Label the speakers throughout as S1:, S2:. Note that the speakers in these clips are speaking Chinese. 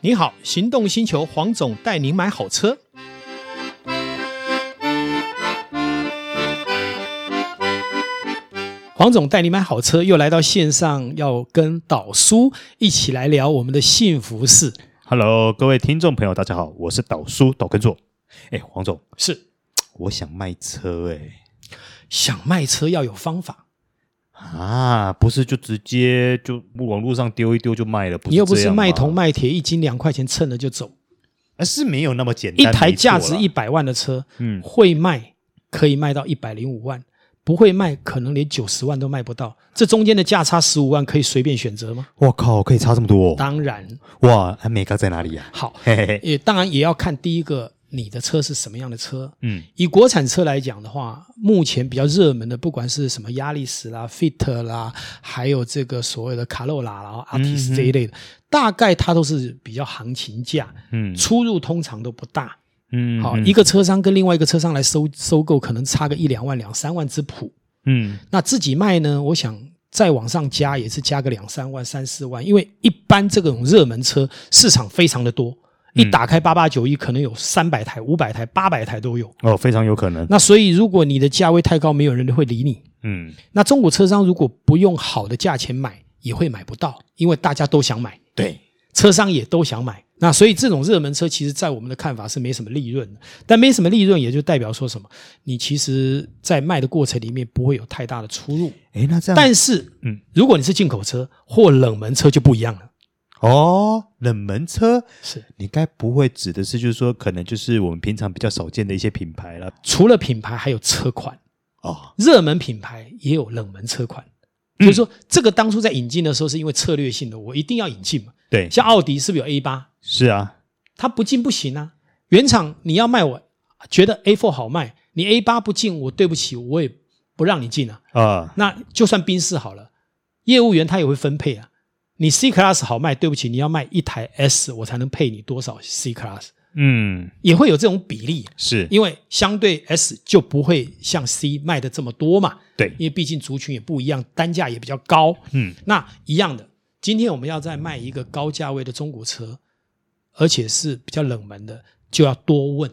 S1: 你好，行动星球黄总带您买好车。黄总带你买好车，又来到线上，要跟导叔一起来聊我们的幸福事。
S2: Hello，各位听众朋友，大家好，我是导叔导根座。哎，黄总，
S1: 是
S2: 我想卖车哎、
S1: 想卖车要有方法，
S2: 啊，不是就直接就网络上丢一丢就卖了？不
S1: 你又不
S2: 这
S1: 是
S2: 样
S1: 卖
S2: 吗
S1: 铜，卖铁，一斤两块钱称了就走。
S2: 啊是没有那么简
S1: 一
S2: 单。
S1: 台
S2: 没错
S1: 价
S2: 啦
S1: 值一百万的车，
S2: 嗯
S1: 会卖可以卖到一百零五万，不会卖可能连九十万都卖不到。这中间的价差十五万可以随便选择吗？
S2: 我靠，可以差这么多、哦、
S1: 当然，
S2: 哇！啊美高在哪里呀、
S1: 好，
S2: 嘿嘿嘿，
S1: 也当然也要看第一个你的车是什么样的车。
S2: 嗯
S1: 以国产车来讲的话，目前比较热门的，不管是什么压力士啦、Fit 啦，还有这个所谓的卡罗拉啦、然后
S2: 嗯
S1: Artis 这一类的，大概它都是比较行情价，
S2: 嗯
S1: 出入通常都不大。
S2: 嗯，
S1: 好，
S2: 嗯
S1: 一个车商跟另外一个车商来收收购，可能差个一两万、两三万之谱。
S2: 嗯
S1: 那自己卖呢，我想再往上加也是加个两三万、三四万，因为一般这种热门车市场非常的多，一打开八八九一可能有三百台、五百台、八百台都有。
S2: 哦，非常有可能。
S1: 那所以如果你的价位太高，没有人会理你。
S2: 嗯，
S1: 那中古车商如果不用好的价钱买，也会买不到，因为大家都想买。
S2: 对，
S1: 车商也都想买。那所以这种热门车，其实在我们的看法是没什么利润的。但没什么利润，也就代表说什么？你其实，在卖的过程里面不会有太大的出入。
S2: 哎，那这样，
S1: 但是，
S2: 嗯，
S1: 如果你是进口车或冷门车就不一样了。
S2: 哦，冷门车，
S1: 是，
S2: 你该不会指的是就是说，可能就是我们平常比较少见的一些品牌啦。
S1: 除了品牌，还有车款。
S2: 哦，
S1: 热门品牌也有冷门车款。就
S2: 嗯
S1: 是说，这个当初在引进的时候，是因为策略性的，我一定要引进嘛。
S2: 对，
S1: 像奥迪是不是有 A 八？
S2: 是啊，
S1: 它不进不行啊。原厂你要卖我，觉得 A4 好卖，你 A8 不进，我对不起，我也不让你进啊。
S2: 啊、
S1: 那就算宾士好了，业务员他也会分配啊。你 C Class 好卖，对不起，你要卖一台 S，我才能配你多少 C Class，
S2: 嗯，
S1: 也会有这种比例，
S2: 是，
S1: 因为相对 S 就不会像 C 卖的这么多嘛，
S2: 对，
S1: 因为毕竟族群也不一样，单价也比较高。
S2: 嗯
S1: 那一样的，今天我们要再卖一个高价位的中古车，而且是比较冷门的，就要多问。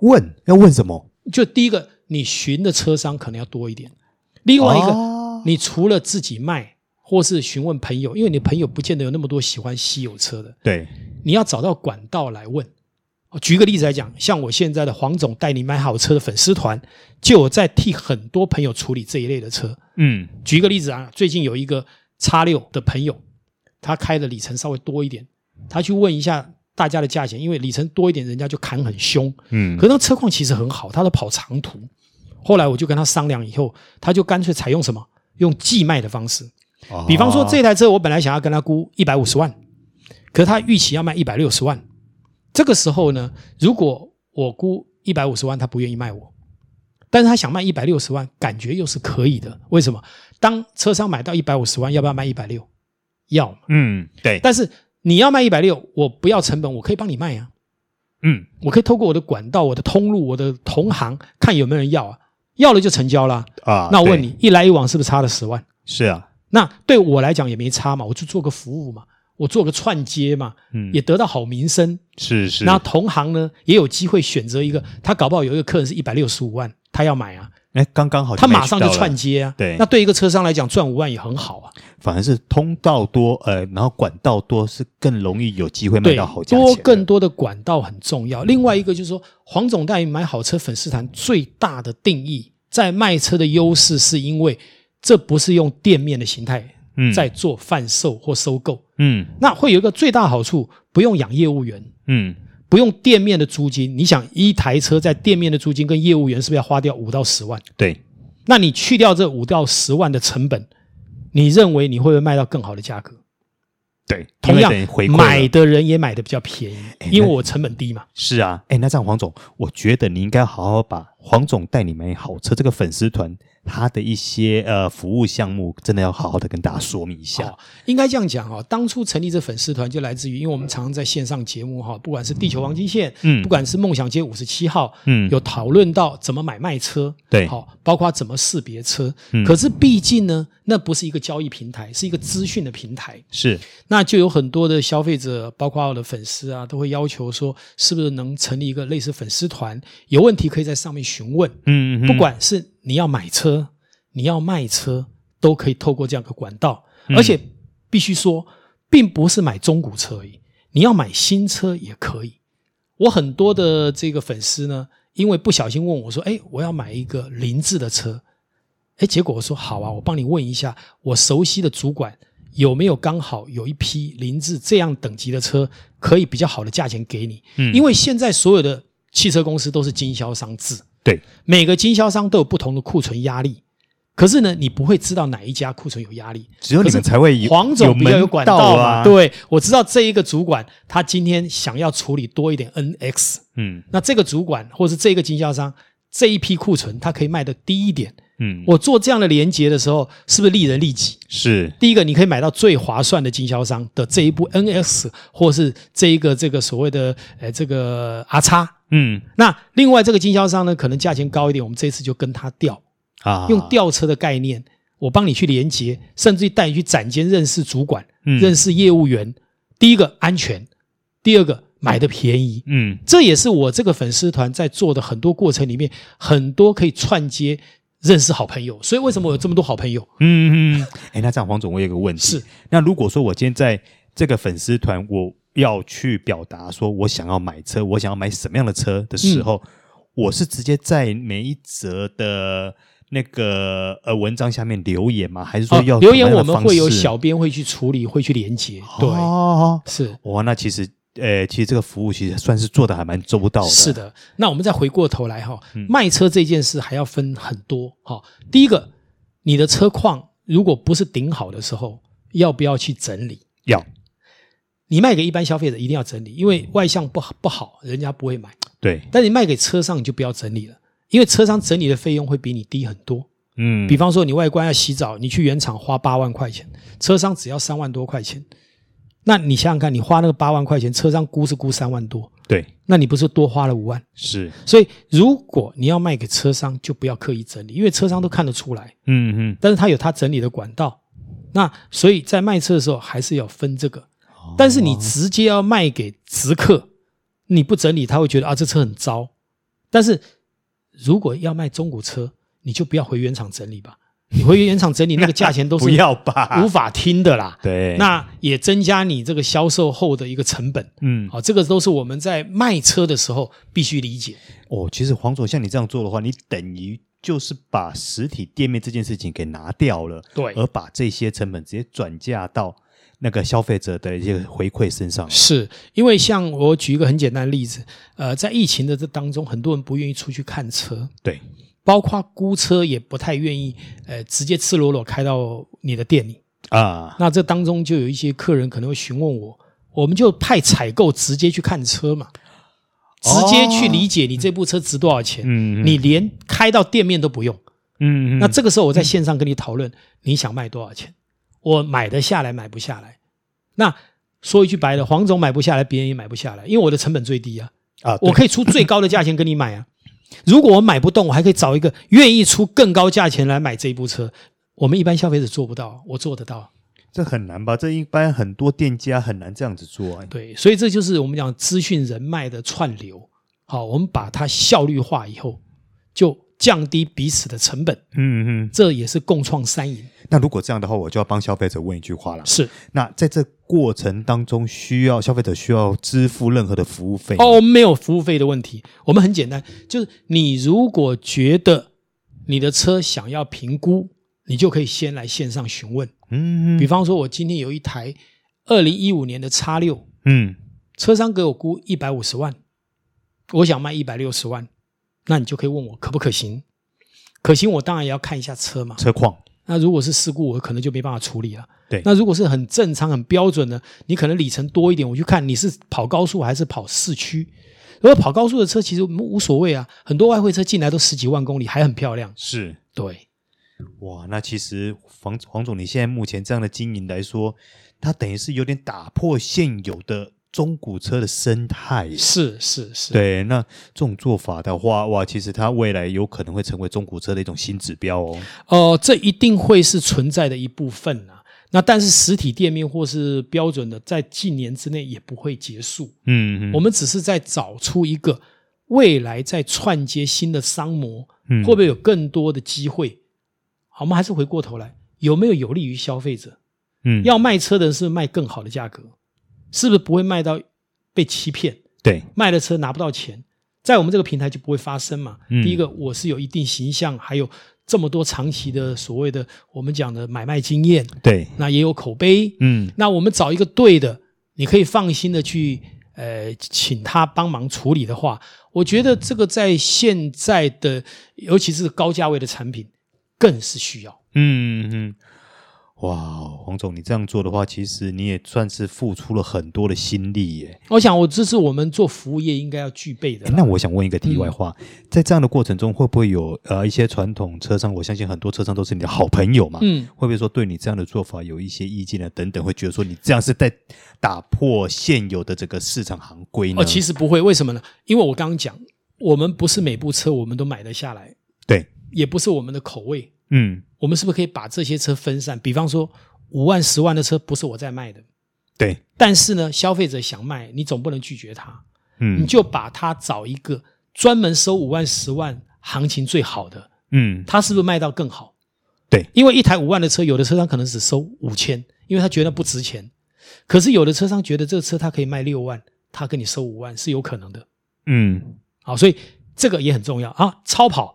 S2: 问要问什么？
S1: 就第一个，你寻的车商可能要多一点；另外一个，
S2: 哦
S1: 你除了自己卖，或是询问朋友，因为你朋友不见得有那么多喜欢稀有车的，
S2: 对，
S1: 你要找到管道来问。哦举个例子来讲，像我现在的黄总带你买好车的粉丝团，就有在替很多朋友处理这一类的车。
S2: 嗯
S1: 举一个例子啊，最近有一个叉六的朋友，他开的里程稍微多一点，他去问一下大家的价钱，因为里程多一点，人家就砍很凶。
S2: 嗯
S1: 可是那车况其实很好，他都跑长途。后来我就跟他商量以后，他就干脆采用什么？用寄卖的方式。比方说
S2: 哦
S1: 这台车，我本来想要跟他估一百五十万，可是他预期要卖一百六十万。这个时候呢，如果我估一百五十万，他不愿意卖我，但是他想卖一百六十万，感觉又是可以的。为什么？当车商买到一百五十万，要不要卖一百六？要嘛。
S2: 嗯对，
S1: 但是你要卖一百六，我不要成本，我可以帮你卖呀、
S2: 嗯
S1: 我可以透过我的管道、我的通路、我的同行，看有没有人要啊。要了就成交啦。
S2: 啊，
S1: 那我问
S2: 对
S1: 你，一来一往是不是差了十万？
S2: 是啊，
S1: 那对我来讲也没差嘛，我就做个服务嘛，我做个串接嘛，
S2: 嗯
S1: 也得到好名声。
S2: 是是，
S1: 那同行呢也有机会选择一个，他搞不好有一个客人是一百六十五万，他要买啊，
S2: 哎刚刚好，
S1: 他马上就串，接啊。
S2: 对
S1: 那对一个车商来讲，赚五万也很好啊。
S2: 反而是通道多，呃，然后管道多是更容易有机会卖
S1: 对
S2: 到好，价钱的，嗯
S1: 多更多的管道很重要。另外一个就是说，黄总带你买好车粉丝团最大的定义，在卖车的优势是因为这不是用店面的形态
S2: 嗯
S1: 在做贩售或收购，
S2: 嗯
S1: 那会有一个最大好处，不用养业务员。
S2: 嗯
S1: 不用店面的租金，你想一台车在店面的租金跟业务员是不是要花掉五到十万？
S2: 对，
S1: 那你去掉这五到十万的成本，你认为你会不会卖到更好的价格？
S2: 对，
S1: 同样
S2: 因为等于回，馈了
S1: 买的人也买的比较便宜，
S2: 哎
S1: 因为我成本低嘛。
S2: 是啊，哎，那这样黄总，我觉得你应该好好把黄总带你买好车这个粉丝团他的一些呃服务项目，真的要好好的跟大家说明一下
S1: 哦。，应该这样讲哈、哦。当初成立这粉丝团就来自于，因为我们常常在线上节目哈、不管是地球黄金线，
S2: 嗯
S1: 不管是梦想街五十七号，
S2: 嗯
S1: 有讨论到怎么买卖车，
S2: 对
S1: 好、包括怎么识别车。
S2: 嗯
S1: 可是毕竟呢，那不是一个交易平台，是一个资讯的平台，
S2: 是，
S1: 那就有很多的消费者，包括我的粉丝啊，都会要求说，是不是能成立一个类似粉丝团？有问题可以在上面询问，
S2: 嗯，嗯
S1: 不管是你要买车，你要卖车，都可以透过这样一个管道。
S2: 嗯
S1: 而且必须说，并不是买中古车而已，你要买新车也可以。我很多的这个粉丝呢，因为不小心问我说：“哎，我要买一个凌志的车。”哎，结果我说：“好啊，我帮你问一下，我熟悉的主管有没有刚好有一批凌志这样等级的车，可以比较好的价钱给你？
S2: 嗯
S1: 因为现在所有的汽车公司都是经销商制，
S2: 对，
S1: 每个经销商都有不同的库存压力。可是呢，你不会知道哪一家库存有压力，
S2: 只有你们才会有
S1: 黄总比较有管道
S2: 门
S1: 嘛。
S2: 啊，，
S1: 对，我知道这一个主管他今天想要处理多一点 NX，
S2: 嗯
S1: 那这个主管或是这个经销商这一批库存，他可以卖的低一点。
S2: 嗯，
S1: 我做这样的连接的时候，是不是利人利己？
S2: 是
S1: 第一个，你可以买到最划算的经销商的这一部 NX，或是这一个这个所谓的呃这个 R 叉。
S2: 嗯
S1: 那另外这个经销商呢，可能价钱高一点，我们这次就跟他调。
S2: 啊，
S1: 用吊车的概念，我帮你去连接，甚至于带你去展间认识主管、
S2: 嗯
S1: 认识业务员。第一个安全，第二个买的便宜，
S2: 嗯
S1: 这也是我这个粉丝团在做的很多过程里面，很多可以串接认识好朋友。所以为什么我有这么多好朋友？
S2: 嗯嗯，嗯 哎，那这样黄总，我有个问题
S1: 是，
S2: 那如果说我今天在这个粉丝团，我要去表达说我想要买车，我想要买什么样的车的时候，
S1: 嗯
S2: 我是直接在每一则的那个呃文章下面留言吗？还是说
S1: 哦
S2: 要、
S1: 留言我们会有小编会去处理，会去连接。对，
S2: 哦，
S1: 是。
S2: 哇，那其实呃，其实这个服务其实算是做的还蛮周到的，
S1: 是，的，那我们再回过头来哈、卖车这件事还要分很多哈、第一个，你的车况如果不是顶好的时候，要不要去整理？
S2: 要
S1: 你卖给一般消费者一定要整理，因为外向不好不好，人家不会买。
S2: 对，
S1: 但你卖给车商，你就不要整理了，因为车商整理的费用会比你低很多。
S2: 嗯，
S1: 比方说，你外观要洗澡，你去原厂花八万块钱，车商只要三万多块钱。那你想想看，你花那个八万块钱，车商估是估三万多，
S2: 对
S1: 那你不是多花了五万？
S2: 是，
S1: 所以，如果你要卖给车商，就不要刻意整理，因为车商都看得出来，
S2: 嗯嗯，
S1: 但是他有他整理的管道。那所以在卖车的时候，还是要分这个。
S2: 哦
S1: 但是你直接要卖给直客，你不整理，他会觉得啊这车很糟。但是如果要卖中古车，你就不要回原厂整理 吧，你回原厂整理那个价钱都是
S2: 不要吧，
S1: 无法听的啦。
S2: 对，
S1: 那也增加你这个销售后的一个成本。哦
S2: 嗯。
S1: 好、这个都是我们在卖车的时候必须理解。
S2: 哦，其实黄总像你这样做的话，你等于就是把实体店面这件事情给拿掉了，
S1: 对
S2: 而把这些成本直接转嫁到那个消费者的一些回馈身上。
S1: 是因为像我举一个很简单的例子，呃，在疫情的这当中，很多人不愿意出去看车，
S2: 对，
S1: 包括估车也不太愿意，呃，直接赤裸裸开到你的店里。
S2: 啊，
S1: 那这当中就有一些客人可能会询问我，我们就派采购直接去看车嘛，直接去理解你这部车值多少钱，
S2: 嗯
S1: 你连开到店面都不用。
S2: 嗯
S1: 那这个时候我在线上跟你讨论，你想卖多少钱？我买得下来，买不下来。那说一句白的，黄总买不下来，别人也买不下来，因为我的成本最低啊，
S2: 啊，
S1: 我
S2: 我
S1: 可以出最高的价钱跟你买啊。如果我买不动，我还可以找一个愿意出更高价钱来买这一部车。我们一般消费者做不到，我做得到。
S2: 这很难吧？这一般很多店家很难这样子做、哎
S1: 对，所以这就是我们讲资讯人脉的串流。好，我们把它效率化以后，就降低彼此的成本，
S2: 嗯嗯。
S1: 这也是共创三赢。
S2: 那如果这样的话，我就要帮消费者问一句话了。
S1: 是。
S2: 那在这过程当中，需要消费者需要支付任何的服务费吗
S1: 哦，我们没有服务费的问题，我们很简单，就是你如果觉得你的车想要评估，你就可以先来线上询问。
S2: 嗯
S1: 比
S2: 嗯
S1: 方说，我今天有一台二零一五年的叉六，
S2: 嗯，
S1: 车商给我估一百五十万，我想卖一百六十万，那你就可以问我可不可行？可行，我当然也要看一下车嘛。
S2: 车况
S1: 那如果是事故，我可能就没办法处理了。
S2: 对
S1: 那如果是很正常、很标准的，你可能里程多一点，我去看你是跑高速还是跑市区。如果跑高速的车其实无所谓啊，很多外汇车进来都十几万公里，还很漂亮。
S2: 是
S1: 对，
S2: 哇，那其实黄黄总，你现在目前这样的经营来说，它等于是有点打破现有的中古车的生态耶。
S1: 是是是，，
S2: 对，那这种做法的话，哇，其实它未来有可能
S1: 呃
S2: 会成为中古车的一种新指标哦。
S1: 哦、这一定会是存在的一部分啊。那但是实体店面或是标准的，在近年之内也不会结束。
S2: 嗯，嗯
S1: 我们只是在找出一个未来在串接新的商模，
S2: 嗯
S1: 会不会有更多的机会？好，我们还是回过头来，有没有有利于消费者？
S2: 嗯
S1: 要卖车的人是不是卖更好的价格，是不是不会卖到被欺骗？
S2: 对
S1: 卖了车拿不到钱，在我们这个平台就不会发生嘛。
S2: 嗯
S1: 第一个，我是有一定形象，还有这么多长期的所谓的我们讲的买卖经验，
S2: 对，
S1: 那也有口碑。
S2: 嗯
S1: 那我们找一个对的，你可以放心的去呃请他帮忙处理的话，我觉得这个在现在的尤其是高价位的产品更是需要。
S2: 嗯嗯，哇，哦黄总，你这样做的话，其实你也算是付出了很多的心力耶。
S1: 我想，我这是我们做服务业应该要具备的
S2: 诶
S1: 啦。
S2: 那我想问一个题
S1: 嗯
S2: 外话，在这样的过程中，会不会有呃一些传统车商？我相信很多车商都是你的好朋友嘛，
S1: 嗯，
S2: 会不会说对你这样的做法有一些意见呢？啊等等，会觉得说你这样是在打破现有的这个市场行规呢？
S1: 哦，其
S2: 实
S1: 实不会，为什么呢？因为我刚刚讲，我们不是每部车我们都买得下来，
S2: 对，
S1: 也不是我们的口味，
S2: 嗯，
S1: 我们是不是可以把这些车分散？比方说五万、十万的车不是我在卖的，
S2: 对，
S1: 但是呢，消费者想卖，你总不能拒绝他，你
S2: 嗯
S1: 就把他找一个专门收五万、十万行情最好的，
S2: 嗯，
S1: 他是不是卖到更好？
S2: 对，
S1: 因为一台五万的车，有的车商可能只收五千，因为他觉得不值钱。可是有的车商觉得这个车他可以卖六万，他跟你收五万是有可能的。
S2: 嗯，
S1: 好，所以这个也很重要啊。超跑，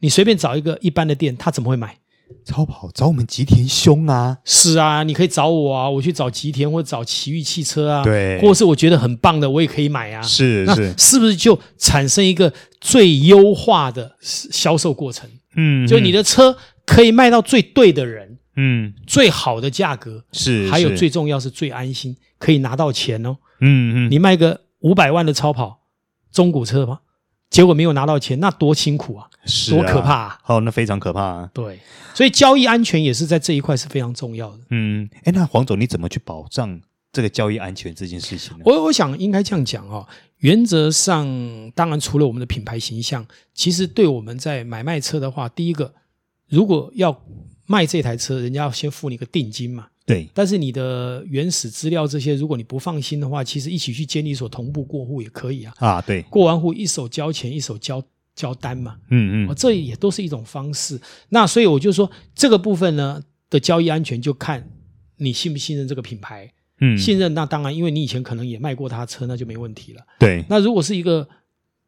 S1: 你随便找一个一般的店，他怎么会买？
S2: 超跑找我们吉田兄啊，
S1: 是啊，你可以找我啊，我去找吉田或者找奇遇汽车啊，
S2: 对
S1: 或者是我觉得很棒的，我也可以买啊。
S2: 是
S1: 那
S2: 是，
S1: 是不是就产生一个最优化的销售过程？
S2: 嗯，
S1: 就你的车可以卖到最对的人，
S2: 嗯，
S1: 最好的价格，
S2: 是，
S1: 还有
S2: 是
S1: 最重要是最安心，可以拿到钱哦。
S2: 嗯嗯，
S1: 你卖个五百万的超跑中古车吧，结果没有拿到钱，那多辛苦啊！
S2: 是
S1: 多
S2: 啊
S1: 可怕啊
S2: 哦，那非常可怕、啊。
S1: 对，所以交易安全也是在这一块是非常重要的。
S2: 嗯，哎，那黄总你怎么去保障这个交易安全这件事情呢？
S1: 我我想应该这样讲哦，原则上当然除了我们的品牌形象，其实对我们在买卖车的话，第一个如果要卖这台车，人家要先付你一个定金嘛。
S2: 对，
S1: 但是你的原始资料这些，如果你不放心的话，其实一起去监理所同步过户也可以啊。
S2: 啊，对，
S1: 过完户一手交钱，一手交交单嘛。
S2: 嗯
S1: 哦，
S2: 嗯，
S1: 这也都是一种方式。那所以我就说，这个部分呢的交易安全就看你信不信任这个品牌，
S2: 嗯，
S1: 信任那当然，因为你以前可能也卖过他车，那就没问题了。
S2: 对，
S1: 那如果是一个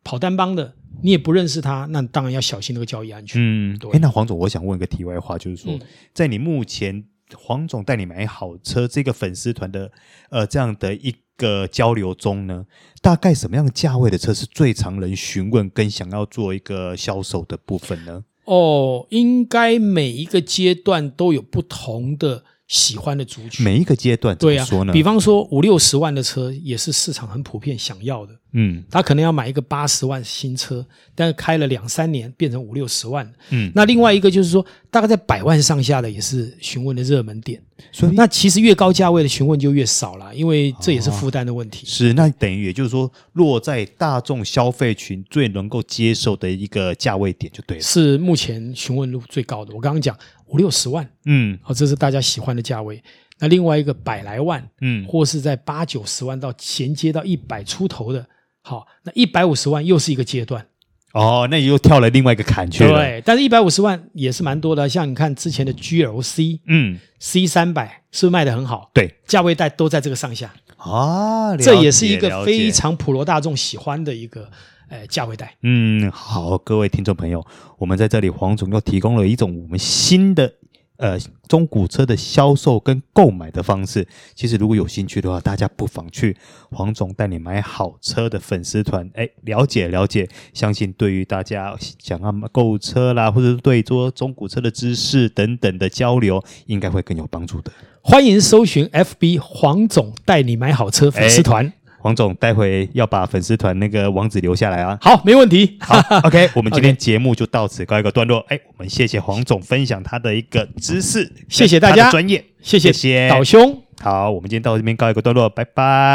S1: 跑单帮的，你也不认识他，那当然要小心那个交易安全。
S2: 嗯，
S1: 对
S2: 哎，那黄总，我想问一个题外话，就是说，
S1: 嗯
S2: 在你目前黄总带你买好车这个粉丝团的呃这样的一个交流中呢，大概什么样的价位的车是最常人询问跟想要做一个销售的部分呢？
S1: 哦，应该每一个阶段都有不同的喜欢的族群。
S2: 每一个阶段怎
S1: 对
S2: 么
S1: 啊
S2: 说呢？，
S1: 比方说五六十万的车也是市场很普遍想要的。
S2: 嗯
S1: 他可能要买一个八十万新车，但是开了两三年变成五六十万。
S2: 嗯，
S1: 那另外一个就是说，大概在百万上下的也是询问的热门点。
S2: 所以
S1: 那其实越高价位的询问就越少了，因为这也
S2: 啊
S1: 是负担的问题。
S2: 是，那等于也就是说，落在大众消费群最能够接受的一个价位点就对了。
S1: 是目前询问度最高的。我刚刚讲五六十万，
S2: 嗯
S1: 哦，这是大家喜欢的价位。那另外一个百来万，
S2: 嗯
S1: 或是在八九十万到衔接到一百出头的，好，那一百五十万又是一个阶段。
S2: 哦，那又跳了另外一个坎去了。，
S1: 对，但是一百五十万也是蛮多的，啊像你看之前的 GLC，
S2: 嗯，
S1: C 三百是不是卖的很好？
S2: 对
S1: 价位带都在这个上下，
S2: 啊，
S1: 这
S2: 了
S1: 也是一
S2: 解
S1: 个
S2: 了
S1: 非
S2: 解
S1: 常普罗大众喜欢的一个呃价位带。
S2: 嗯，好，各位听众朋友，我们在这里黄总又提供了一种我们新的呃中古车的销售跟购买的方式。其实如果有兴趣的话，大家不妨去黄总带你买好车的粉丝团，哎，了解了解。相信对于大家想要购车啦，或者是对做中古车的知识等等的交流，应该会更有帮助的。
S1: 欢迎搜寻 FB 黄总带你买好车粉丝
S2: 哎
S1: 团。
S2: 黄总，待会要把粉丝团那个网址留下来啊。
S1: 好，没问题。
S2: 好 ，OK，我们今天节目就到此告一个段落。哎，我们谢谢黄总分享他的一个知识，
S1: 谢谢大家
S2: 他的专业，
S1: 谢谢
S2: 谢
S1: 导兄，
S2: 好，我们今天到这边告一个段落，拜拜，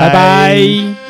S1: 拜拜